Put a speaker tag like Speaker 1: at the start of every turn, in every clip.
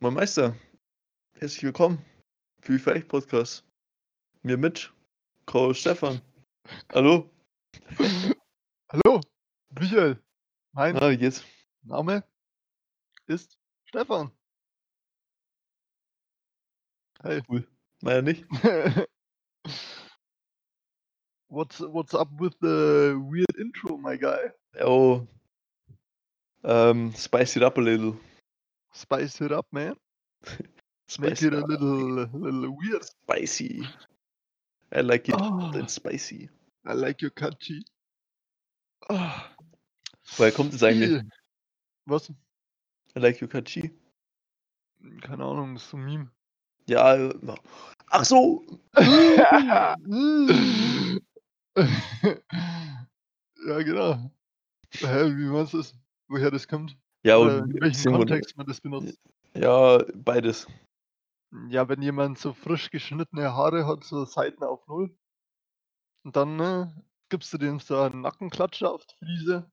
Speaker 1: Mein Meister, herzlich willkommen für die Vielleicht Podcast. Mir mit Karl Stefan. Hallo.
Speaker 2: Hallo, Michael. Mein
Speaker 1: Na, wie geht's?
Speaker 2: Name ist Stefan. Hey.
Speaker 1: Meiner nicht.
Speaker 2: what's what's up with the weird intro, my guy?
Speaker 1: Oh. Ähm, spice it up a little.
Speaker 2: Spice it up, man. Make
Speaker 1: Spice
Speaker 2: it a little little weird.
Speaker 1: spicy. I like it.
Speaker 2: Oh,
Speaker 1: hot and spicy.
Speaker 2: I like your catchy. Oh,
Speaker 1: Woher kommt es eigentlich?
Speaker 2: viel. Was?
Speaker 1: I like Yukachi.
Speaker 2: Keine Ahnung, das ist so ein Meme.
Speaker 1: Ja, äh, na- ach so.
Speaker 2: ja, genau. Hä, wie meinst du das? Woher das kommt?
Speaker 1: Ja,
Speaker 2: Oder
Speaker 1: und
Speaker 2: in welchem
Speaker 1: Simon-
Speaker 2: Kontext man das benutzt?
Speaker 1: ja, beides.
Speaker 2: Ja, wenn jemand so frisch geschnittene Haare hat, so Seiten auf Null. Und dann äh, gibst du dem so einen Nackenklatscher auf die Friese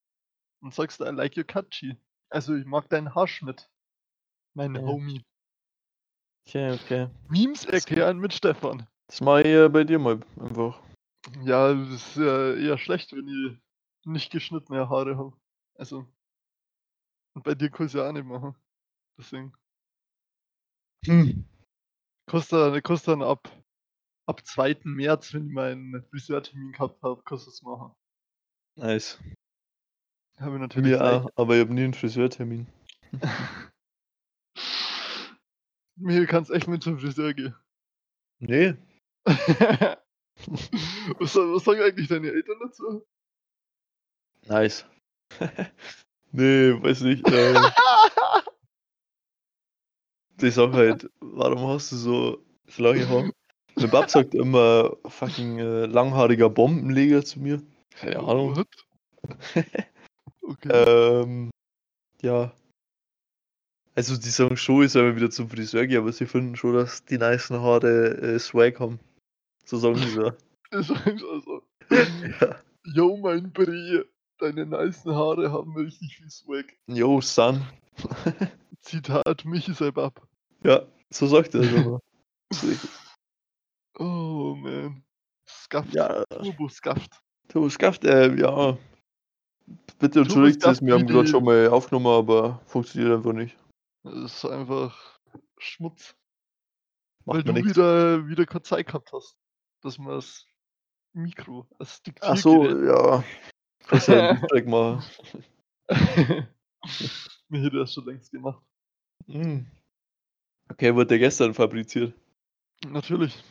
Speaker 2: und sagst, I like your catchy. Also, ich mag deinen Haarschnitt. Mein
Speaker 1: Ja.
Speaker 2: Homie.
Speaker 1: Okay, okay.
Speaker 2: Memes erklären mit Stefan.
Speaker 1: Das mache ich äh, bei dir mal einfach.
Speaker 2: Ja, das ist ja eher schlecht, wenn ich nicht geschnittene Haare habe. Also. Und bei dir kannst du ja auch nicht machen. Deswegen.
Speaker 1: Hm.
Speaker 2: Kostet dann, kostet dann ab, ab 2. März, wenn ich meinen Friseurtermin gehabt habe, kostet es machen.
Speaker 1: Nice.
Speaker 2: Habe ich natürlich.
Speaker 1: Ja, aber ich habe nie einen Friseurtermin.
Speaker 2: Mir kannst echt mit zum Friseur gehen.
Speaker 1: Nee,
Speaker 2: was, sa- was sagen eigentlich deine Eltern dazu?
Speaker 1: Nice. nee, weiß nicht. Äh, die Sache halt, warum hast du so, so lange Haare? Mein Bab sagt immer fucking äh, langhaariger Bombenleger zu mir. Keine Ahnung.
Speaker 2: What? Okay.
Speaker 1: Ähm, ja. Also die sagen schon, ich soll mal wieder zum Friseur gehen, aber sie finden schon, dass die nicen Haare äh, Swag haben. So sagen sie ja.
Speaker 2: Ich sag's also.
Speaker 1: Ja.
Speaker 2: Yo, mein Brie, deine nicen Haare haben richtig viel Swag.
Speaker 1: Yo, son.
Speaker 2: Zitat, mich ist ab.
Speaker 1: Ja, so sagt er es immer.
Speaker 2: Oh, man. Scuffed.
Speaker 1: Ja,
Speaker 2: Turbo Scuffed.
Speaker 1: Thomas Kraft, äh, ja. Bitte entschuldigt es,
Speaker 2: Kraft,
Speaker 1: wir haben
Speaker 2: wie
Speaker 1: gerade
Speaker 2: die-
Speaker 1: schon mal aufgenommen, aber funktioniert einfach nicht.
Speaker 2: Das ist einfach Schmutz.
Speaker 1: Macht
Speaker 2: weil
Speaker 1: mir
Speaker 2: du
Speaker 1: nichts.
Speaker 2: wieder, wieder keine Zeit gehabt hast, dass man das Mikro, das Diktiergerät...
Speaker 1: Ach so, ja. Kannst ja einen Track machen.
Speaker 2: Mir hätte das schon längst gemacht.
Speaker 1: Hm. Okay, wurde der gestern fabriziert.
Speaker 2: Natürlich,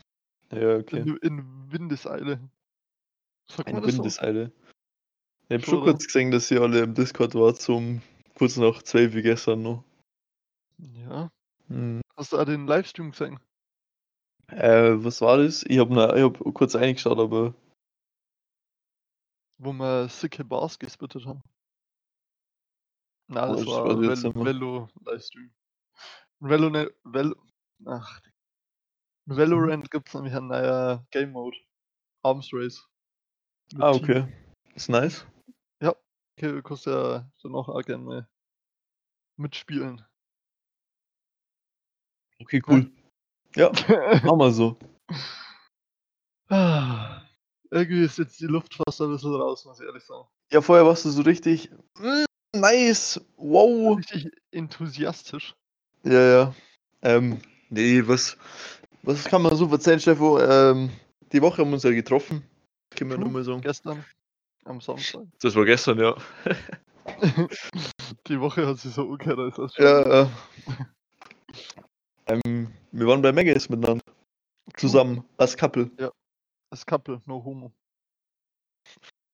Speaker 1: Ja, okay.
Speaker 2: in, in Windeseile. Sagt
Speaker 1: Ein
Speaker 2: man das so?
Speaker 1: Windeseile. Ich hab
Speaker 2: Schon,
Speaker 1: schon
Speaker 2: oder?
Speaker 1: kurz gesehen, dass ihr alle im Discord wart, zum kurz nach 12 wie gestern noch.
Speaker 2: Ja.
Speaker 1: Hm.
Speaker 2: Hast du auch den Livestream gesehen?
Speaker 1: Äh, was war das? Ich hab, ne, ich hab kurz reingeschaut, aber
Speaker 2: wo wir sicke Bars gespittet haben. Na, das
Speaker 1: Was
Speaker 2: war
Speaker 1: war Oh, das
Speaker 2: Vel
Speaker 1: immer?
Speaker 2: Velo Livestream. Velo ne Vel Ach. Digga. In
Speaker 1: Mhm.
Speaker 2: Valorant gibt's nämlich einen neuen Game Mode. Arms Race. Mit
Speaker 1: Ah,
Speaker 2: Team.
Speaker 1: okay. Ist nice.
Speaker 2: Okay, du kannst ja dann auch, auch gerne mal mitspielen.
Speaker 1: Okay, cool. Ja, machen wir so.
Speaker 2: Ah, Irgendwie ist jetzt die Luft fast ein bisschen raus, muss ich ehrlich sagen.
Speaker 1: Ja, vorher warst du so richtig. "Mm, Nice! Wow!
Speaker 2: Richtig enthusiastisch.
Speaker 1: Ja, ja. Ähm, nee, was, was kann man so erzählen, Stefan? Ähm, die Woche haben wir uns ja getroffen. Können wir
Speaker 2: True.
Speaker 1: nochmal sagen.
Speaker 2: Gestern, am Samstag.
Speaker 1: Das war gestern, ja.
Speaker 2: Die Woche hat sich so umgekehrt als das
Speaker 1: Ja, ja. ähm, wir waren bei Megas miteinander. Zusammen, als Couple.
Speaker 2: Das Couple, no homo.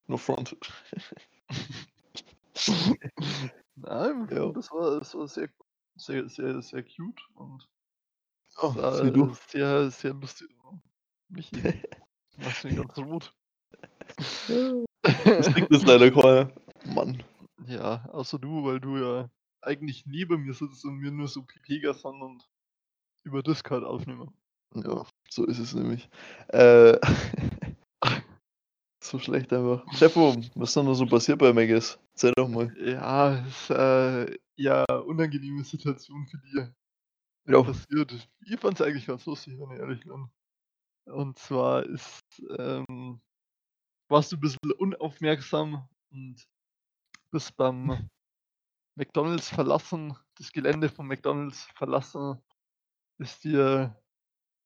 Speaker 1: No front.
Speaker 2: Nein,
Speaker 1: Ja.
Speaker 2: das war, das war sehr, sehr, sehr, sehr cute und
Speaker 1: Oh,
Speaker 2: war
Speaker 1: sieh du.
Speaker 2: sehr, sehr lustig. Michi, machst du mich ganz rot.
Speaker 1: Das kriegt jetzt leider keiner. Mann.
Speaker 2: ja, außer du, weil du ja eigentlich neben mir sitzt und mir nur so Pipega-Song und über Discord aufnehmen.
Speaker 1: Ja, so ist es nämlich. Äh, so schlecht einfach. Steffo, was ist denn da so passiert bei Megas? Erzähl doch mal.
Speaker 2: Ja, ist äh, ja unangenehme Situation für die
Speaker 1: Ja.
Speaker 2: passiert. Ich fand's eigentlich ganz lustig, wenn ich ehrlich bin. Und zwar ist, ähm, warst du ein bisschen unaufmerksam und bist beim McDonalds verlassen, das Gelände von McDonalds verlassen, ist dir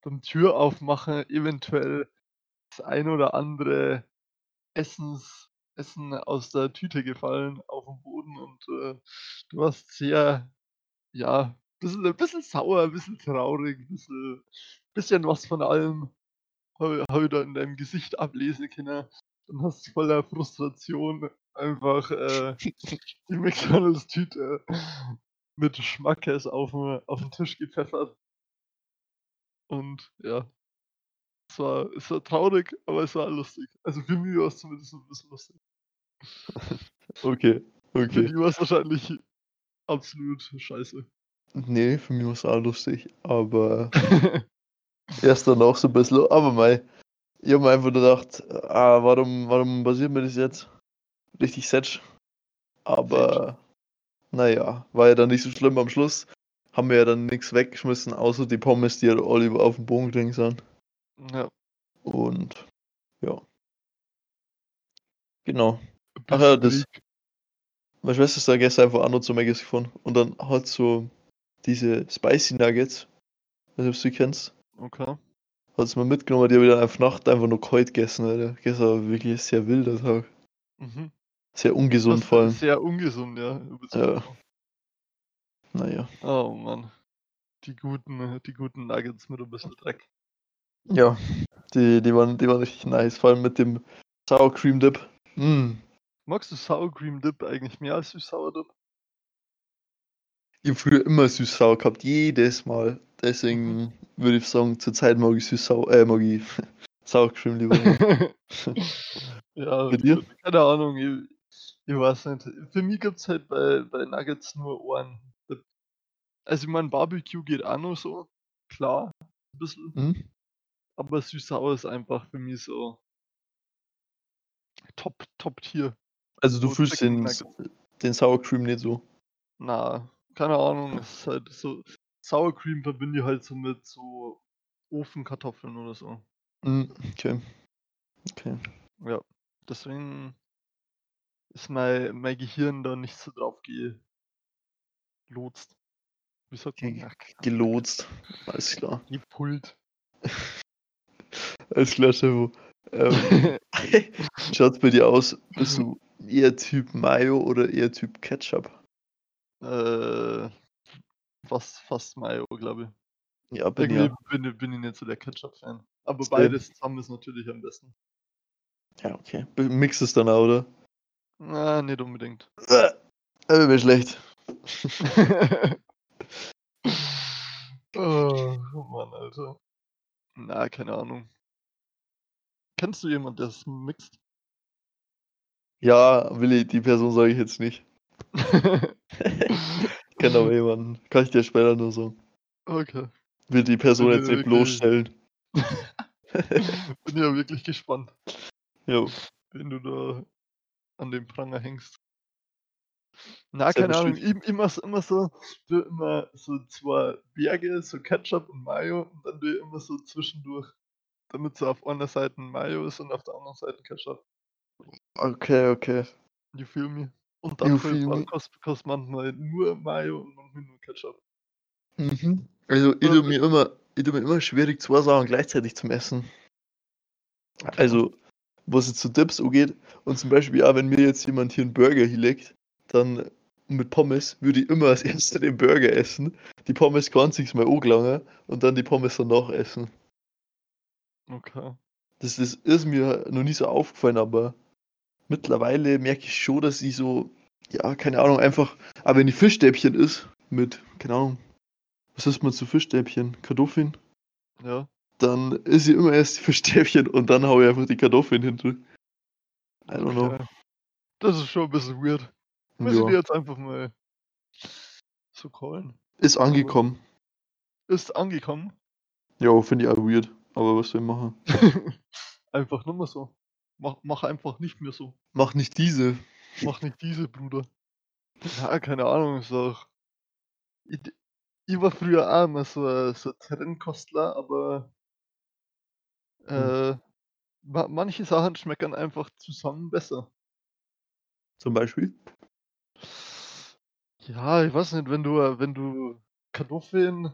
Speaker 2: beim Türaufmachen eventuell das ein oder andere Essens, Essen aus der Tüte gefallen auf den Boden und äh, du warst sehr, ja, bisschen, ein bisschen sauer, ein bisschen traurig, ein bisschen, bisschen was von allem habe hab ich da in deinem Gesicht ablesen können. Dann hast du voller Frustration einfach äh, die McDonalds-Tüte mit Schmackes auf den, auf den Tisch gepfeffert. Und ja, es war, es war traurig, aber es war lustig. Also für mich war es zumindest ein bisschen lustig.
Speaker 1: Okay,
Speaker 2: Für
Speaker 1: okay.
Speaker 2: die war es wahrscheinlich absolut scheiße.
Speaker 1: Nee, für mich war es auch lustig, aber erst danach so ein bisschen. Aber mei, ich habe mir einfach gedacht, ah, warum, warum passiert mir das jetzt? Richtig setsch. Aber naja, war ja dann nicht so schlimm am Schluss. Haben wir ja dann nichts weggeschmissen, außer die Pommes, die ja Oliver auf dem Bogen drin sind.
Speaker 2: ja,
Speaker 1: Und ja. Genau.
Speaker 2: ein
Speaker 1: Ach ja,
Speaker 2: bisschen
Speaker 1: das- Meine Schwester ist da gestern einfach auch noch zu Maggis gefahren. Und dann hat so diese Spicy Nuggets, also ob du die kennst,
Speaker 2: Okay.
Speaker 1: hat es mir mitgenommen. Die habe ich dann einfach Nacht einfach nur kalt gegessen, Alter. Gestern war wirklich ein sehr wilder Tag.
Speaker 2: Mhm.
Speaker 1: Sehr ungesund
Speaker 2: Das
Speaker 1: vor allem.
Speaker 2: ist Sehr ungesund, ja. in Bezug
Speaker 1: Ja.
Speaker 2: drauf.
Speaker 1: Naja.
Speaker 2: Oh Mann. Die guten, die guten Nuggets mit ein bisschen Dreck.
Speaker 1: Ja. Die, die, waren, die waren richtig nice. Vor allem mit dem Sour Cream Dip. Mm.
Speaker 2: Magst du Sour Cream Dip eigentlich mehr als süß Sour Dip?
Speaker 1: Ich habe früher immer süß-sauer gehabt. Jedes Mal. Deswegen würde ich sagen, zurzeit mag ich süß-sauer. Äh, mag ich Sour Cream lieber.
Speaker 2: ja,
Speaker 1: Bei dir?
Speaker 2: keine Ahnung, ich, ich weiß nicht. Für mich gibt es halt bei, bei Nuggets nur Ohren. Also ich meine, Barbecue geht auch noch so, klar, ein bisschen,
Speaker 1: Hm?
Speaker 2: aber süß-sauer ist einfach für mich so top, top Tier.
Speaker 1: Also du
Speaker 2: So
Speaker 1: fühlst
Speaker 2: Chicken
Speaker 1: den, den Sour Cream nicht so.
Speaker 2: Na, keine Ahnung, es ist halt so, Sour Cream verbinde ich halt so mit so Ofenkartoffeln oder so.
Speaker 1: Mm, Okay. Okay.
Speaker 2: Ja, deswegen ist mein, mein Gehirn da nicht so drauf gelotst. Wie sagt man?
Speaker 1: Ge-
Speaker 2: Ach, keine Ahnung.
Speaker 1: Gelotst. Alles klar.
Speaker 2: Gepult.
Speaker 1: Alles klar, Chevo. Ähm, schaut's bei dir aus? Bist du eher Typ Mayo oder eher Typ Ketchup?
Speaker 2: äh, fast, fast Mayo, glaube ich.
Speaker 1: Ja, bin
Speaker 2: Irgendwie
Speaker 1: ja.
Speaker 2: bin, ich- bin ich nicht so der Ketchup-Fan. Aber
Speaker 1: Same.
Speaker 2: beides zusammen ist natürlich am besten.
Speaker 1: Ja, okay. B- Mix es dann auch, oder?
Speaker 2: Na, nicht unbedingt.
Speaker 1: Äh, äh, wäre schlecht.
Speaker 2: oh, Mann, Alter. Na, keine Ahnung. Kennst du jemanden, der es mixt?
Speaker 1: Ja, Willi, die Person sage ich jetzt nicht. Kennt aber jemanden. Kann ich dir später nur sagen.
Speaker 2: Okay.
Speaker 1: Will die Person
Speaker 2: Wenn
Speaker 1: jetzt
Speaker 2: du
Speaker 1: nicht
Speaker 2: wirklich-
Speaker 1: bloßstellen.
Speaker 2: Bin ja wirklich gespannt,
Speaker 1: Jo,
Speaker 2: wenn du da an dem Pranger hängst. Na,
Speaker 1: Sehr
Speaker 2: keine Ahnung, im- immer so, immer so, du immer so zwei Berge, so Ketchup und Mayo und dann du immer so zwischendurch, damit so auf einer Seite ein Mayo ist und auf der anderen Seite Ketchup.
Speaker 1: okay, okay.
Speaker 2: You feel me? Und dann
Speaker 1: You
Speaker 2: fällt
Speaker 1: feel
Speaker 2: man-
Speaker 1: me?
Speaker 2: kost- kostet manchmal nur Mayo und manchmal nur Ketchup.
Speaker 1: Mhm. Also, ich
Speaker 2: Ja,
Speaker 1: tu mir immer, ich tu mir immer schwierig, zwei Sachen gleichzeitig zum Essen. Also, was jetzt zu Dips angeht, und zum Beispiel auch, wenn mir jetzt jemand hier einen Burger hinlegt, dann mit Pommes würde ich immer als Erste den Burger essen, die Pommes 20 mal angelangen und dann die Pommes danach essen.
Speaker 2: Okay.
Speaker 1: Das, das ist mir noch nie so aufgefallen, aber mittlerweile merke ich schon, dass ich so, ja, keine Ahnung, einfach, aber wenn die Fischstäbchen ist, mit, keine Ahnung, was ist man zu Fischstäbchen? Kartoffeln?
Speaker 2: Ja.
Speaker 1: Dann ist sie immer erst die Fischstäbchen und dann hau ich einfach die Kartoffeln hinter. I don't know.
Speaker 2: okay. Das ist schon ein bisschen weird. Muss ich
Speaker 1: Genau. Ja.
Speaker 2: dir jetzt einfach mal so callen.
Speaker 1: Ist angekommen.
Speaker 2: Ist angekommen.
Speaker 1: Jo, finde ich auch weird. Aber was soll ich machen?
Speaker 2: einfach nur mal so. Mach, mach einfach nicht mehr so.
Speaker 1: Mach nicht diese.
Speaker 2: Mach nicht diese, Bruder. Na, keine Ahnung, ist auch. Ich, Ich war früher auch immer so, ein- so ein Trendkostler, aber äh, ma manche Sachen schmecken einfach zusammen besser.
Speaker 1: Zum Beispiel.
Speaker 2: Ja, ich weiß nicht, wenn du, äh, wenn du Kartoffeln,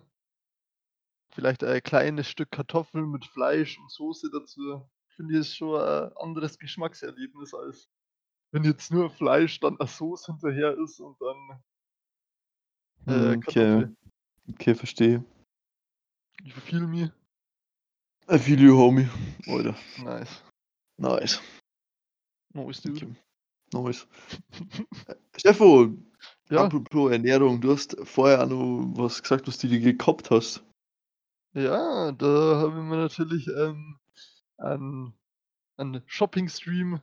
Speaker 2: vielleicht ein kleines Stück Kartoffeln mit Fleisch und Soße dazu, finde ich ist schon ein anderes Geschmackserlebnis, als wenn jetzt nur Fleisch, dann eine Soße hinterher ist und dann äh,
Speaker 1: Hm, okay.
Speaker 2: Kartoffeln.
Speaker 1: okay, verstehe.
Speaker 2: Ich verfiel mir.
Speaker 1: I feel you, Äh, homie. Alter.
Speaker 2: Nice.
Speaker 1: Nice.
Speaker 2: No, ist
Speaker 1: Okay. Nice. Äh, Steffo,
Speaker 2: Ja.
Speaker 1: apropos Ernährung, du hast vorher auch noch was gesagt, was du dir gekoppt hast.
Speaker 2: Ja, da haben wir natürlich ähm, einen, einen Shopping-Stream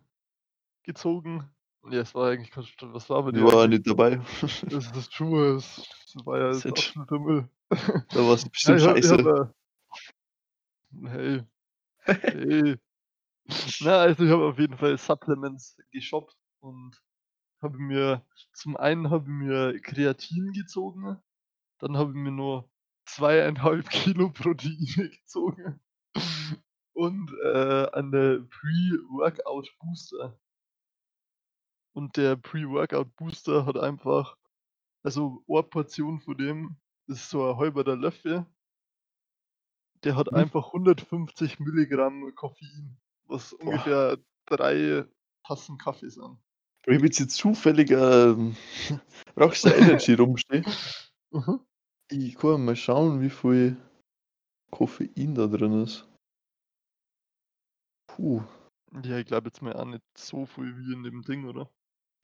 Speaker 2: gezogen. Ja, es war eigentlich kein St- was war bei
Speaker 1: Ich
Speaker 2: dir?
Speaker 1: war ja
Speaker 2: eigentlich?
Speaker 1: nicht dabei.
Speaker 2: Das ist das True, das das war ja
Speaker 1: Das ist
Speaker 2: jetzt
Speaker 1: jetzt-
Speaker 2: absoluter Müll.
Speaker 1: Da war es
Speaker 2: Ja,
Speaker 1: bestimmt
Speaker 2: ich hab, ich
Speaker 1: scheiße.
Speaker 2: hab, äh, hey. Hey. Na, also ich habe auf jeden Fall Supplements geshoppt und habe mir zum einen habe ich mir Kreatin gezogen, dann habe ich mir nur zweieinhalb Kilo Proteine gezogen und äh, eine Pre-Workout Booster. Und der Pre-Workout Booster hat einfach, also eine Portion von dem ist so ein halber der Löffel. Der hat
Speaker 1: Mhm.
Speaker 2: einfach 150 Milligramm Koffein, was ungefähr drei Tassen Kaffee sind.
Speaker 1: Ich hab jetzt hier zufällig ähm, Rockstar Energy rumstehen.
Speaker 2: Mhm.
Speaker 1: Ich kann mal schauen, wie viel Koffein da drin ist. Puh.
Speaker 2: Ja, ich glaube jetzt mal auch nicht so viel wie in dem Ding, oder?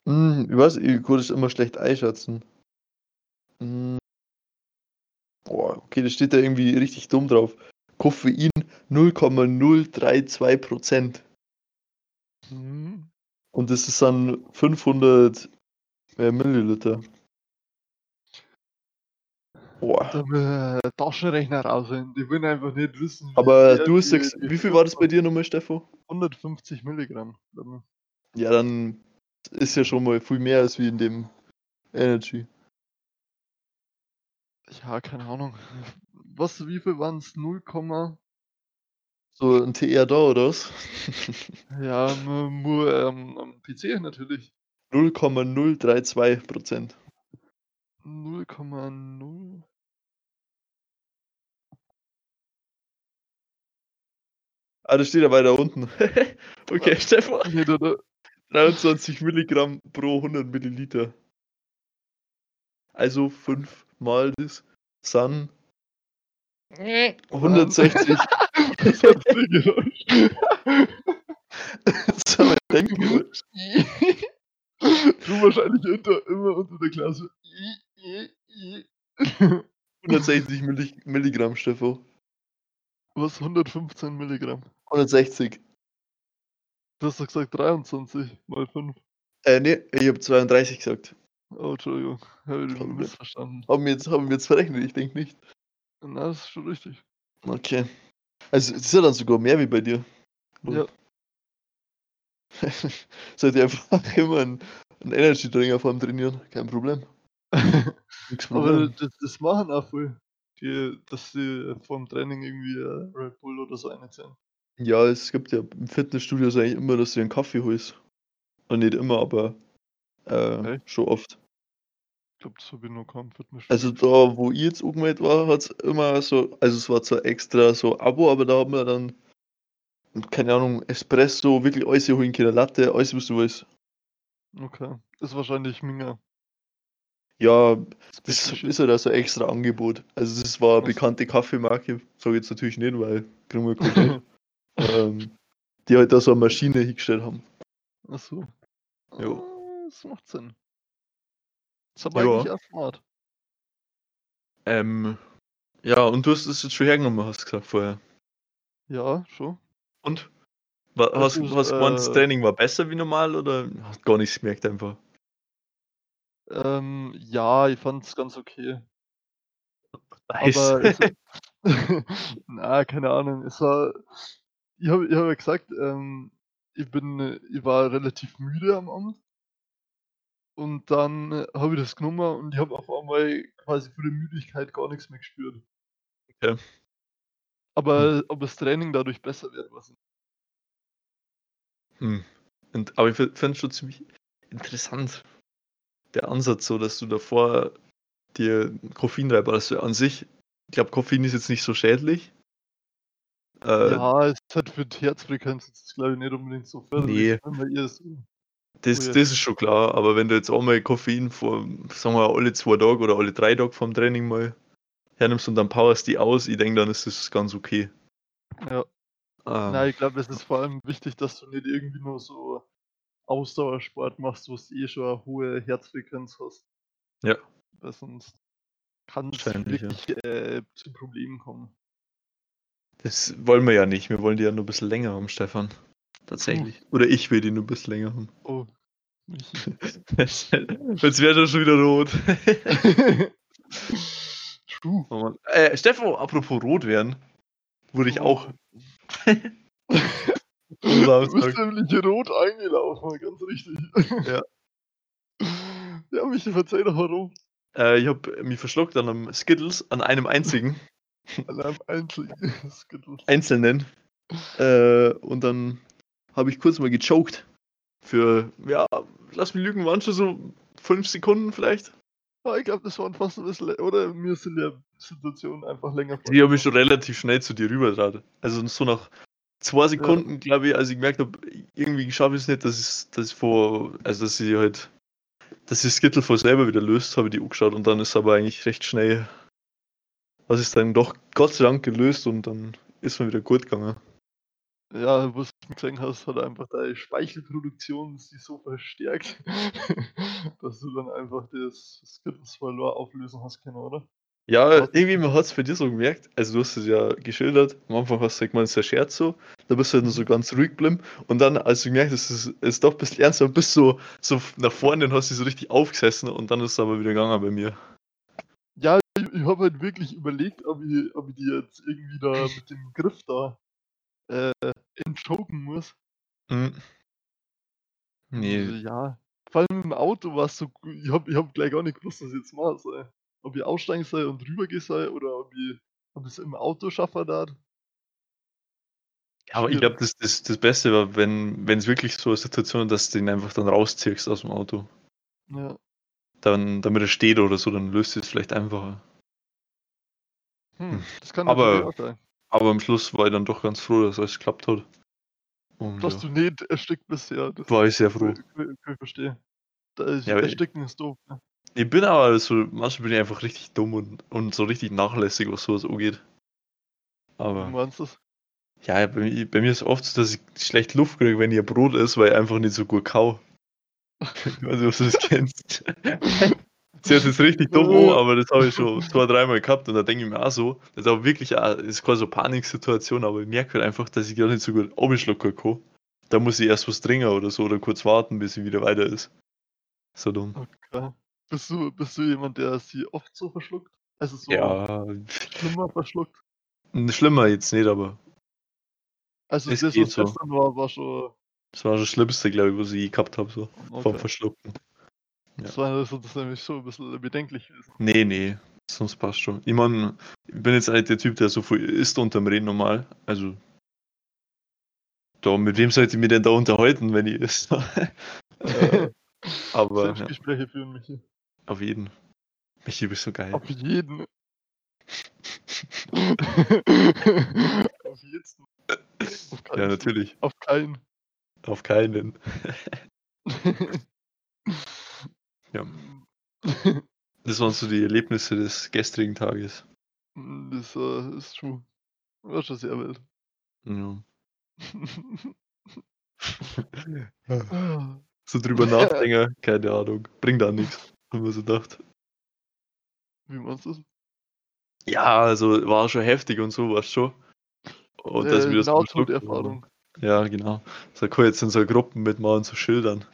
Speaker 1: Hm, ich weiß, ich konnte es immer schlecht einschätzen. Hm. Boah, okay, das steht da irgendwie richtig dumm drauf. Koffein 0,032%.
Speaker 2: Mhm.
Speaker 1: Und das ist dann 500 äh, Milliliter. Boah.
Speaker 2: Da wir Taschenrechner raus sind. Die wollen einfach nicht wissen. wie
Speaker 1: Aber
Speaker 2: sehr
Speaker 1: du
Speaker 2: die-
Speaker 1: sagst,
Speaker 2: die
Speaker 1: wie viel war das bei
Speaker 2: Frucht-
Speaker 1: dir nochmal, Steffo?
Speaker 2: 150 Milligramm. glaub ich.
Speaker 1: Ja, dann ist ja schon mal viel mehr als wie in dem Energy.
Speaker 2: Ja, keine Ahnung. Was, wie viel waren es? 0, Komma-
Speaker 1: So ein TR da, oder was?
Speaker 2: ja, nur, nur ähm, am PC natürlich.
Speaker 1: 0,032 Prozent.
Speaker 2: 0,0.
Speaker 1: Ah, das steht ja weiter unten. okay, Stefan.
Speaker 2: Nee, da, da,
Speaker 1: 23 Milligramm pro 100 Milliliter. Also 5 mal das Sun. 160.
Speaker 2: das war das Geräusch.
Speaker 1: das war mein Denken.
Speaker 2: du wahrscheinlich unter, immer unter der Klasse.
Speaker 1: 160 Milli Milligramm, Steffo.
Speaker 2: Was 115 Milligramm?
Speaker 1: 160.
Speaker 2: Du hast doch gesagt 23 mal 5.
Speaker 1: Äh, nee, ich habe 32 gesagt.
Speaker 2: Oh, Entschuldigung. Habe ich
Speaker 1: Problem.
Speaker 2: missverstanden.
Speaker 1: Haben wir jetzt, haben wir jetzt verrechnet? Ich denke nicht.
Speaker 2: Na, das ist schon richtig.
Speaker 1: Okay. Also, es ist ja dann sogar mehr wie bei dir.
Speaker 2: Ja.
Speaker 1: Seid ihr einfach immer einen, einen Energy-Drink vor dem Trainieren? Kein Problem. Nix
Speaker 2: Aber
Speaker 1: Problem.
Speaker 2: das, das machen auch voll. Die, dass sie vor dem Training irgendwie äh, Red Bull oder so einziehen.
Speaker 1: Ja, es gibt ja im Fitnessstudio ist eigentlich immer, dass du dir einen Kaffee holst. Und nicht immer, aber äh,
Speaker 2: Echt?
Speaker 1: schon oft.
Speaker 2: Ich glaube, das habe ich noch kaum Fitnessstudio.
Speaker 1: Also da, wo ich jetzt angemeldet war, hat es immer so, also es war zwar extra so Abo, aber da haben wir dann, keine Ahnung, Espresso, wirklich alles holen können, Latte, alles was du willst.
Speaker 2: Okay. Ist wahrscheinlich Minga.
Speaker 1: Ja, Das
Speaker 2: Special Shit.
Speaker 1: ist halt also ein extra Angebot. Also das war eine
Speaker 2: Was?
Speaker 1: bekannte Kaffeemarke, sage ich jetzt natürlich nicht, weil kriegen wir kein Geld. ähm, die halt da so eine Maschine hingestellt haben.
Speaker 2: Achso.
Speaker 1: Jo.
Speaker 2: Ah, Das macht Sinn. Ist aber
Speaker 1: Ja.
Speaker 2: eigentlich auch smart.
Speaker 1: Ähm, ja, und du hast es jetzt schon hergenommen, hast du gesagt vorher.
Speaker 2: Ja, schon.
Speaker 1: Und? Wa- Hast
Speaker 2: Also,
Speaker 1: du was gemeint, das
Speaker 2: äh,
Speaker 1: Training war besser wie normal oder hast gar nichts gemerkt einfach?
Speaker 2: Ähm, ja, ich fand's ganz okay.
Speaker 1: Nice.
Speaker 2: Aber es, na, keine Ahnung. Es war, ich habe ich hab ja gesagt, ähm, ich bin, äh, ich war relativ müde am Abend. Und dann äh, habe ich das genommen und ich habe auf einmal quasi von der Müdigkeit gar nichts mehr gespürt.
Speaker 1: Okay. Hm.
Speaker 2: Aber ob das Training dadurch besser wird, was nicht.
Speaker 1: Hm. Und, aber ich finde es schon ziemlich interessant, der Ansatz, so dass du davor dir Koffein reinballerst. Also an sich, ich glaube, Koffein ist jetzt nicht so schädlich. Äh,
Speaker 2: ja, es hat für die Herzfrequenz jetzt, glaube ich, nicht unbedingt so förderlich.
Speaker 1: Nee.
Speaker 2: wenn man ihr so-
Speaker 1: Das,
Speaker 2: Oh ja.
Speaker 1: das ist schon klar, aber wenn du jetzt einmal Koffein vor, sagen wir, alle zwei Tage oder alle drei Tage vom Training mal hernimmst und dann powerst die aus, ich denke, dann ist das ganz okay.
Speaker 2: Ja.
Speaker 1: Ähm,
Speaker 2: Nein, ich glaube, es ist vor allem wichtig, dass du nicht irgendwie nur so Ausdauersport machst, wo du eh schon eine hohe Herzfrequenz hast.
Speaker 1: Ja.
Speaker 2: Weil sonst kann es
Speaker 1: Wahrscheinlich, ja.
Speaker 2: wirklich äh, zu Problemen kommen.
Speaker 1: Das wollen wir ja nicht. Wir wollen die ja nur ein bisschen länger haben, Stefan. Tatsächlich.
Speaker 2: Hm.
Speaker 1: Oder ich will die nur ein bisschen länger haben.
Speaker 2: Oh. Michi.
Speaker 1: Jetzt wäre er schon wieder rot.
Speaker 2: True.
Speaker 1: oh Mann. Äh, Stefan, apropos rot werden, wurde
Speaker 2: Oh.
Speaker 1: ich auch am
Speaker 2: Du bist
Speaker 1: Samstag.
Speaker 2: nämlich rot eingelaufen, ganz richtig.
Speaker 1: Ja.
Speaker 2: Ja, Michi, verzeih doch warum.
Speaker 1: Äh, ich habe mich verschluckt an einem Skittles, an einem einzigen.
Speaker 2: Alarm einzeln. Das geht los.
Speaker 1: einzelnen. Äh, und dann habe ich kurz mal gechoked. Für, ja, lass mich lügen, waren schon so fünf Sekunden vielleicht.
Speaker 2: Ah, ich glaube, das waren fast ein bisschen, lä- oder? Mir sind ja Situationen einfach länger
Speaker 1: Die habe ich schon relativ schnell zu dir rüberdraht. Also so nach zwei Sekunden, glaube ich, als ich gemerkt habe, irgendwie schaffe ich es nicht, dass es dass ich vor, also dass sie halt, dass sie Skittle vor selber wieder löst, habe ich die angeschaut und dann ist aber eigentlich recht schnell, was ist dann doch Gott sei Dank gelöst und dann ist man wieder gut gegangen.
Speaker 2: Ja, was du gesehen hast, hat einfach deine Speichelproduktion sich so verstärkt, dass du dann einfach das Skittles verlor auflösen hast können, oder?
Speaker 1: Ja,
Speaker 2: Was-
Speaker 1: irgendwie, man hat es bei dir so gemerkt, also du hast es ja geschildert, am Anfang hast du gemeint, es ist ein Scherz so, da bist du halt nur so ganz ruhig geblieben und dann, als du gemerkt hast, es ist, es ist doch ein bisschen ernster, bist du so, so nach vorne und hast dich so richtig aufgesessen und dann ist es aber wieder gegangen bei mir.
Speaker 2: Ja, ich, ich habe halt wirklich überlegt, ob ich, ob ich die jetzt irgendwie da mit dem Griff da äh, entchoken muss.
Speaker 1: Hm.
Speaker 2: Also, ja, vor allem im Auto war es so, gu- ich habe ich hab gleich gar nicht gewusst, was ich jetzt machen soll. Ob ich aussteigen soll und rübergehen soll oder ob ich ob es im Auto schaffen darf.
Speaker 1: aber ich glaube, das, das, das Beste war, wenn es wirklich so eine Situation ist, dass du ihn einfach dann rausziehst aus dem Auto,
Speaker 2: Ja.
Speaker 1: dann, damit er steht oder so, dann löst es vielleicht einfacher.
Speaker 2: Hm, das kann
Speaker 1: Aber-
Speaker 2: natürlich auch sein.
Speaker 1: Aber am Schluss war ich dann doch ganz froh, dass alles geklappt hat. Und,
Speaker 2: Dass
Speaker 1: ja,
Speaker 2: du nicht erstickt bist, ja. Das
Speaker 1: war ich sehr froh.
Speaker 2: kann ich, kann ich verstehe. Da ist,
Speaker 1: Ja, aber-
Speaker 2: ersticken ist doof. ne?
Speaker 1: Ich bin aber so, manchmal bin ich einfach richtig dumm und, und so richtig nachlässig, was sowas angeht.
Speaker 2: Du
Speaker 1: Aber
Speaker 2: meinst das?
Speaker 1: ja, bei, mi- bei mir ist oft so, dass ich schlecht Luft kriege, wenn ihr Brot isst, weil ich einfach nicht so gut kau. Also, ob du das kennst. Das ist jetzt richtig dumm, an, aber das habe ich schon zwei, dreimal gehabt und da denke ich mir auch so, das ist auch wirklich, auch- das ist quasi so eine Paniksituation, aber ich merke halt einfach, dass ich gerade nicht so gut abschlucken kann. Da muss ich erst was trinken oder so oder kurz warten, bis sie wieder weiter ist. So dumm.
Speaker 2: Okay. Bist du, bist du jemand, der sie oft so verschluckt? Also so
Speaker 1: Ja,
Speaker 2: schlimmer verschluckt?
Speaker 1: schlimmer jetzt nicht, aber
Speaker 2: Also
Speaker 1: Es
Speaker 2: das,
Speaker 1: geht
Speaker 2: was
Speaker 1: so.
Speaker 2: gestern war, war schon...
Speaker 1: Das war das Schlimmste, glaube ich, was ich je gehabt habe, so vom
Speaker 2: Okay.
Speaker 1: Verschlucken. ja.
Speaker 2: Das war also, das ist nämlich schon ein bisschen bedenklich. gewesen.
Speaker 1: Nee, nee, sonst passt schon. Ich meine, ich bin jetzt halt der Typ, der so viel isst unterm Reden normal. Also, da, mit wem sollte ich mich denn da unterhalten, wenn ich isst? äh, aber ja,
Speaker 2: Selbstgespräche führen, Michi.
Speaker 1: auf jeden. Michi, du bist so geil.
Speaker 2: Auf jeden. auf jeden. Auf keinen.
Speaker 1: Ja, natürlich.
Speaker 2: Auf keinen.
Speaker 1: Auf keinen. Ja.
Speaker 2: Hm.
Speaker 1: Das waren so die Erlebnisse des gestrigen Tages.
Speaker 2: Mm, Das äh, ist true. War schon sehr wild.
Speaker 1: Ja.
Speaker 2: Ah,
Speaker 1: So drüber nachdenken, keine Ahnung. Bringt da nichts, haben wir so gedacht.
Speaker 2: Wie meinst du das?
Speaker 1: Ja, also war schon heftig und so, weißt du schon.
Speaker 2: Äh,
Speaker 1: Und dass wir das
Speaker 2: genau
Speaker 1: am Schluck-
Speaker 2: Nahtoderfahrung.
Speaker 1: Ja, genau. So cool, jetzt in so Gruppen mitmachen, so Schildern.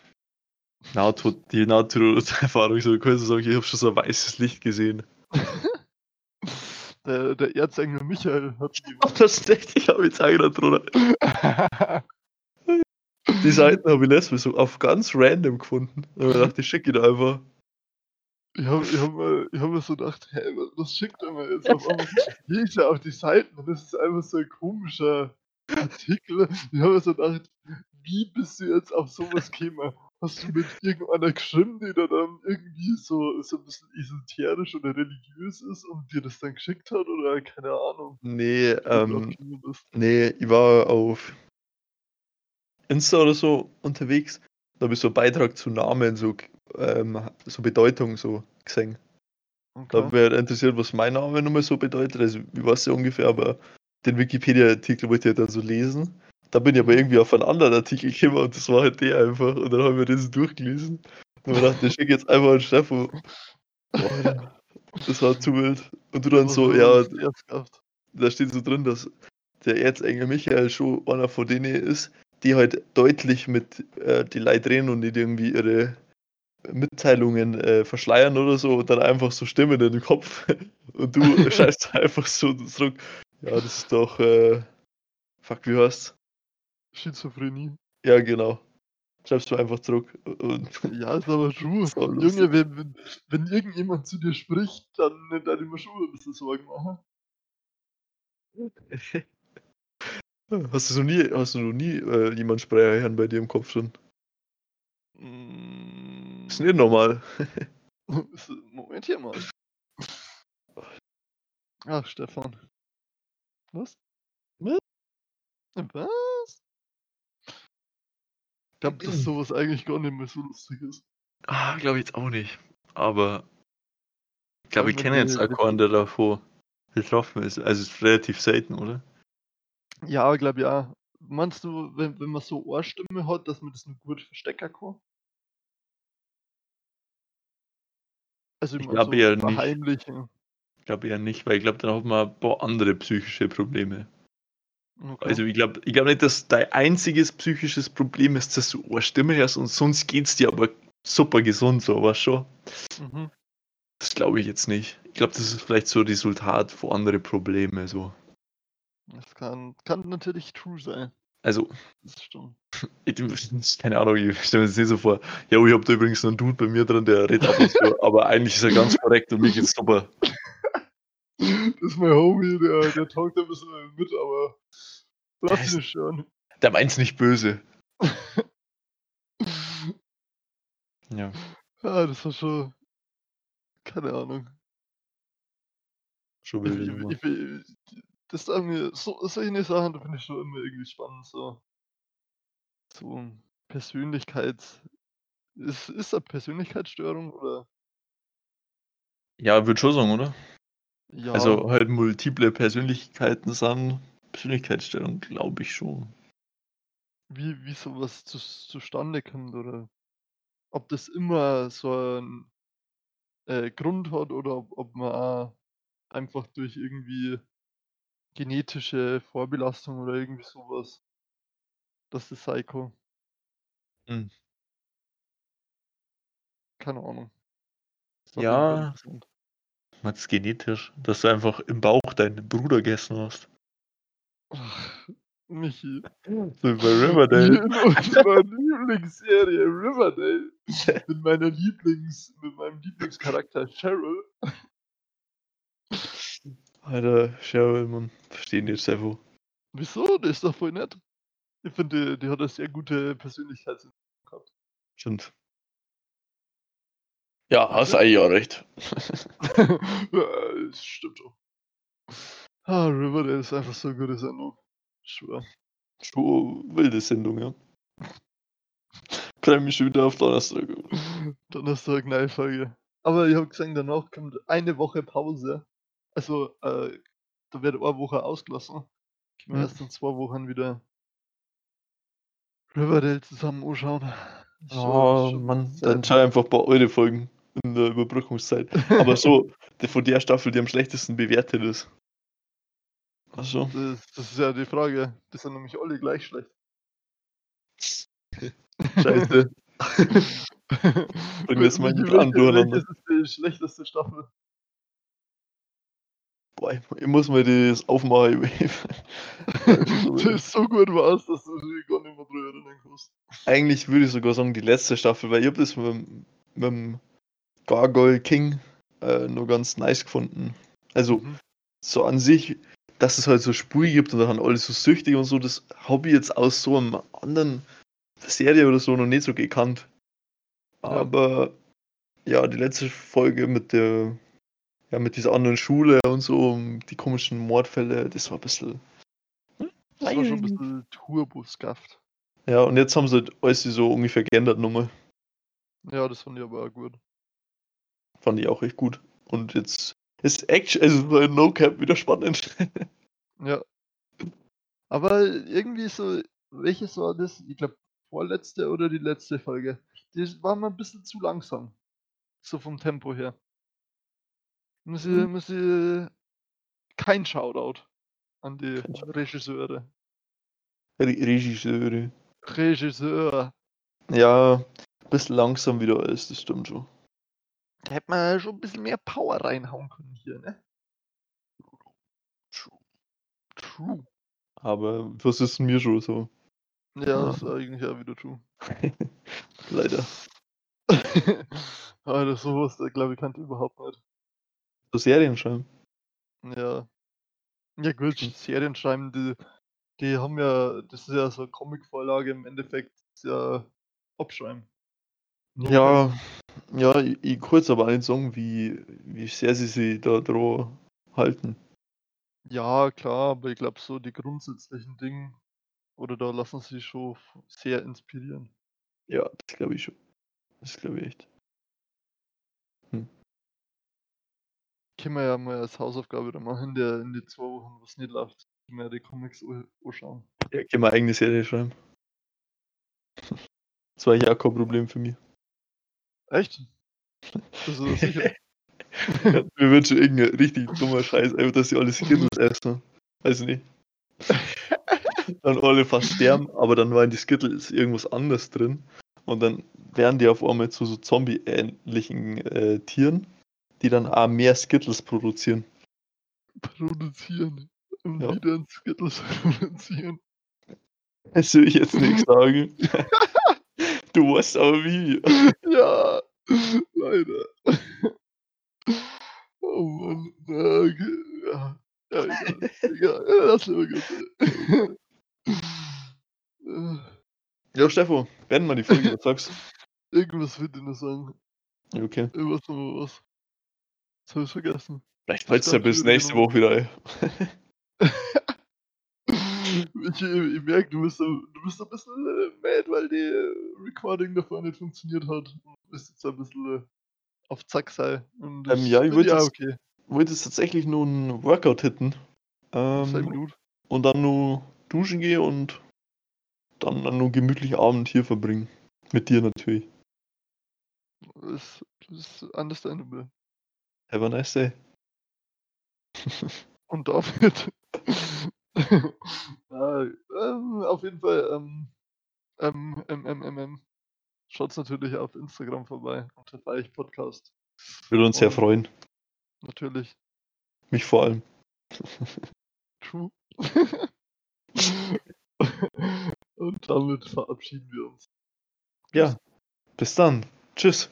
Speaker 1: Nahtod, die Nahtoderfahrung, so cool zu sagen, ich habe schon so ein weißes Licht gesehen.
Speaker 2: Der, der Erzengel Michael hat die
Speaker 1: Ach, das steckt ich habe jetzt auch gerade drunter.
Speaker 2: gemacht.
Speaker 1: Die Seiten habe ich letztens so auf ganz random gefunden. Da hab ich gedacht, ich schicke ihn einfach.
Speaker 2: Ich habe ich hab mir, ich hab mir so gedacht, hä, was, was schickt er mir jetzt? Auf einmal gehe ich ja auf die Seiten und das ist einfach so ein komischer Artikel. Ich habe mir so gedacht, wie bist du jetzt auf sowas gekommen? Hast du mit irgendeiner geschrieben, die da dann irgendwie so, so ein bisschen esoterisch oder religiös ist und dir das dann geschickt hat oder keine Ahnung?
Speaker 1: Nee,
Speaker 2: wie du drauf
Speaker 1: ähm,
Speaker 2: gekommen bist?
Speaker 1: nee, ich war auf Insta oder so unterwegs. Da habe ich so einen Beitrag zu Namen, so, ähm, so Bedeutung so gesehen. Da hat
Speaker 2: Okay.
Speaker 1: mich halt interessiert, was mein Name nochmal so bedeutet. Also, ich weiß ja ungefähr, aber den Wikipedia-Artikel wollte ich halt dann so lesen. Da bin ich aber irgendwie auf einen anderen Artikel gekommen und das war halt der einfach. Und dann haben wir den so durchgelesen. Und ich dachte, ich schicke jetzt einfach an Stefan. Boah, das war zu wild. Und du dann
Speaker 2: Was
Speaker 1: so,
Speaker 2: hast du
Speaker 1: ja,
Speaker 2: denn zuerst gehabt?
Speaker 1: da steht so drin, dass der Erzengel Michael schon einer von denen ist, die halt deutlich mit äh, die Leid reden und nicht irgendwie ihre Mitteilungen äh, verschleiern oder so und dann einfach so Stimmen in den Kopf und du scheißt einfach so zurück. Ja, das ist doch, äh, fuck, wie heißt's?
Speaker 2: Schizophrenie.
Speaker 1: Ja, genau. Schreibst du einfach zurück. Und
Speaker 2: Ja, ist aber true.
Speaker 1: Ist aber lustig.
Speaker 2: Junge, wenn, wenn, wenn irgendjemand zu dir spricht, dann dann immer schon ein bisschen Sorgen machen.
Speaker 1: hast du so nie, hast du noch nie äh, jemand Sprecher hören bei dir im Kopf schon?
Speaker 2: Mm,
Speaker 1: Ist nicht normal.
Speaker 2: ist- Moment hier mal. Ach, Ah, Stefan. Was? Was? Was? Ich glaube, dass sowas eigentlich gar nicht mehr so lustig ist.
Speaker 1: Ah, glaube ich jetzt auch nicht. Aber ich glaube,
Speaker 2: Ja,
Speaker 1: ich
Speaker 2: wenn
Speaker 1: kenne jetzt
Speaker 2: die-
Speaker 1: auch keinen, der davor betroffen ist. Also es ist relativ selten, oder?
Speaker 2: Ja, glaube ja. Meinst du, wenn, wenn man so Ohrstimme hat, dass man das nur gut verstecken kann? Also
Speaker 1: Ich
Speaker 2: mein,
Speaker 1: glaub eher nicht.
Speaker 2: verheimlichen.
Speaker 1: Ich glaube eher nicht, weil ich glaube, dann hat man ein paar andere psychische Probleme.
Speaker 2: Okay.
Speaker 1: Also ich glaube ich glaub nicht, dass dein einziges psychisches Problem ist, dass du eine Stimme hast und sonst geht's dir aber super gesund, so aber schon.
Speaker 2: mhm.
Speaker 1: Das glaube ich jetzt nicht. Ich glaube, das ist vielleicht so Resultat von anderen Problemen. So.
Speaker 2: Das kann, kann natürlich true sein.
Speaker 1: Also,
Speaker 2: Das stimmt.
Speaker 1: ich, keine Ahnung, ich stelle mir das nicht so vor. Ja, ich habe da übrigens noch einen Dude bei mir drin, der redet ab und zu, aber eigentlich ist er ganz korrekt und mir geht's super.
Speaker 2: Das ist mein Homie, der, der talkt ein bisschen mit, aber
Speaker 1: Der
Speaker 2: lass
Speaker 1: ist-
Speaker 2: ihn nicht stören.
Speaker 1: Der meint's nicht böse. Ja.
Speaker 2: Ja, Ah, das war schon. Keine Ahnung.
Speaker 1: Schon
Speaker 2: Ich,
Speaker 1: wilde
Speaker 2: ich,
Speaker 1: Nummer.
Speaker 2: ich, ich, das sagen mir, so, solche Sachen finde ich schon immer irgendwie spannend. So, so Persönlichkeits. Ist, ist da Persönlichkeitsstörung oder?
Speaker 1: Ja, würde schon sagen, oder?
Speaker 2: Ja,
Speaker 1: Also halt multiple Persönlichkeiten sind Persönlichkeitsstellung, glaube ich schon.
Speaker 2: wie, wie sowas zu, zustande kommt oder ob das immer so einen äh, Grund hat oder ob, ob man auch einfach durch irgendwie genetische Vorbelastung oder irgendwie sowas. Das ist Psycho.
Speaker 1: Hm.
Speaker 2: Keine Ahnung. Ist auf jeden Fall
Speaker 1: Ja,
Speaker 2: interessant.
Speaker 1: man ist genetisch, dass du einfach im Bauch deinen Bruder gegessen hast.
Speaker 2: Ach, Michi.
Speaker 1: So wie bei
Speaker 2: Wie
Speaker 1: Riverdale.
Speaker 2: in unserer Lieblingsserie Riverdale. Mit meiner Lieblings, mit meinem Lieblingscharakter Cheryl.
Speaker 1: Alter, Cheryl, man, verstehen jetzt einfach.
Speaker 2: Wieso? Das ist doch voll nett. Ich finde, die, die hat eine sehr gute Persönlichkeit.
Speaker 1: Stimmt. Ja, hast eigentlich auch recht.
Speaker 2: Ja, das stimmt schon. Ah, Riverdale ist einfach so eine gute Sendung. Ich Schwör.
Speaker 1: Schon wilde Sendung, ja. Freue mich schon wieder auf Donnerstag.
Speaker 2: Donnerstag neue Folge. Aber ich habe gesagt, danach kommt eine Woche Pause. Also, äh, da wird eine Woche ausgelassen. Können wir
Speaker 1: Mhm.
Speaker 2: erst in zwei Wochen wieder Riverdale zusammen anschauen. Ist schon-
Speaker 1: Oh,
Speaker 2: ist schon
Speaker 1: Mann,
Speaker 2: sehr
Speaker 1: dann schau einfach bei eure Folgen in der Überbrückungszeit. Aber so, die von der Staffel, die am schlechtesten bewertet ist. Ach so.
Speaker 2: Das, das ist ja die Frage. Die sind nämlich alle gleich schlecht.
Speaker 1: Scheiße.
Speaker 2: Bring
Speaker 1: das mal hinten an, durcheinander.
Speaker 2: Das ist die schlechteste Staffel.
Speaker 1: Boah, ich, ich muss mir das aufmachen. Ich, ich,
Speaker 2: Das ist so gut war's, dass du dich gar nicht mehr drüber erinnern kannst.
Speaker 1: eigentlich würde ich sogar sagen, die letzte Staffel, weil ich habe das mit, dem- mit dem Gargoyle King äh, nur ganz nice gefunden. Also,
Speaker 2: Mhm.
Speaker 1: so an sich, dass es halt so Spur gibt und dann alle so süchtig und so, das habe ich jetzt aus so einem anderen Serie oder so noch nicht so gekannt.
Speaker 2: Ja.
Speaker 1: Aber ja, die letzte Folge mit der, ja, mit dieser anderen Schule und so, um die komischen Mordfälle, das war ein bisschen.
Speaker 2: Hm, Das war schon ein bisschen Turbo-Skaft.
Speaker 1: Ja, und jetzt haben sie halt alles so ungefähr geändert nochmal.
Speaker 2: Ja, das fand ich aber auch gut.
Speaker 1: Fand ich auch echt gut. Und jetzt ist Action, also bei No Cap wieder spannend.
Speaker 2: Ja. Aber irgendwie so, welches war das? Ich glaube, vorletzte oder die letzte Folge. Die war mir ein bisschen zu langsam. So vom Tempo her. Muss ich,
Speaker 1: Mhm.
Speaker 2: muss ich kein Shoutout an die
Speaker 1: Kein Shoutout.
Speaker 2: Regisseure.
Speaker 1: Re Regisseure.
Speaker 2: Regisseur.
Speaker 1: Ja, ein bisschen langsam wieder alles, das stimmt schon.
Speaker 2: Da hätte man schon ein bisschen mehr Power reinhauen können hier, ne? True. True.
Speaker 1: Aber was ist denn mir schon so?
Speaker 2: Ja,
Speaker 1: Ja.
Speaker 2: das ist eigentlich ja wieder true.
Speaker 1: Leider.
Speaker 2: Alter, Ah, sowas, glaube ich, kann überhaupt nicht.
Speaker 1: So Serien schreiben.
Speaker 2: Ja. Ja, gut,
Speaker 1: Mhm.
Speaker 2: Serien schreiben, die, die haben ja, das ist ja so eine Comic-Vorlage im Endeffekt, ist ja abschreiben. Nur
Speaker 1: Ja, ja, ich, ich kurz aber nicht sagen, wie, wie sehr sie sich da dran halten.
Speaker 2: halt- Ja, klar, aber ich glaube, so die grundsätzlichen Dinge, oder da lassen sie sich schon f- sehr inspirieren.
Speaker 1: Ja, das glaube ich schon. Das glaube ich echt.
Speaker 2: Können wir ja mal als Hausaufgabe da mal in, der, in die zwei Wochen, was nicht läuft, können wir ja die Comics an- anschauen.
Speaker 1: Ja, kann man eigene Serie schreiben. Das war ja kein Problem für mich.
Speaker 2: Echt? Also sicher.
Speaker 1: Mir wird schon irgendein richtig dummer Scheiß, einfach, dass sie alle Skittles essen. Weiß nicht. dann alle fast sterben, aber dann war in die Skittles irgendwas anderes drin. Und dann werden die auf einmal zu so Zombie-ähnlichen äh, Tieren, die dann auch mehr Skittles produzieren.
Speaker 2: produzieren. Und
Speaker 1: Ja.
Speaker 2: wieder ein Skittles produzieren.
Speaker 1: Das will ich jetzt nicht sagen. du weißt aber wie.
Speaker 2: Ja, leider. Oh Mann. Ja, okay. ja. ja egal. egal. Ja, lass lieber gut. Äh,
Speaker 1: Ja, Stefan, werden wir die Folge, was sagst
Speaker 2: Irgendwas wird ich noch sagen.
Speaker 1: du? Okay.
Speaker 2: Irgendwas noch was. Das hab ich vergessen.
Speaker 1: Vielleicht fällt es ja bis nächste Woche wieder ein.
Speaker 2: Ich, ich, ich merke, du bist, so- du bist so ein bisschen äh, mad, weil die äh, Recording davor nicht funktioniert hat. Du bist jetzt ein bisschen äh, auf Zack sei. Und
Speaker 1: Ähm, ja, ich
Speaker 2: find
Speaker 1: würd
Speaker 2: auch
Speaker 1: jetzt-
Speaker 2: okay.
Speaker 1: Wollte jetzt tatsächlich nur einen Workout hitten.
Speaker 2: Sei
Speaker 1: Ähm,
Speaker 2: gut.
Speaker 1: und dann nur duschen gehe und dann, dann nur gemütlich Abend hier verbringen. Mit dir natürlich.
Speaker 2: Das ist understandable.
Speaker 1: Have a nice day.
Speaker 2: Und damit. ja, ähm, auf jeden Fall, ähm, ähm, ähm, ähm, ähm, ähm. Schaut's natürlich auf Instagram vorbei unter Weich Podcast.
Speaker 1: Würde uns sehr
Speaker 2: Und
Speaker 1: freuen.
Speaker 2: Natürlich.
Speaker 1: Mich vor allem.
Speaker 2: True. Und damit verabschieden wir uns.
Speaker 1: Ja. Bis dann. Tschüss.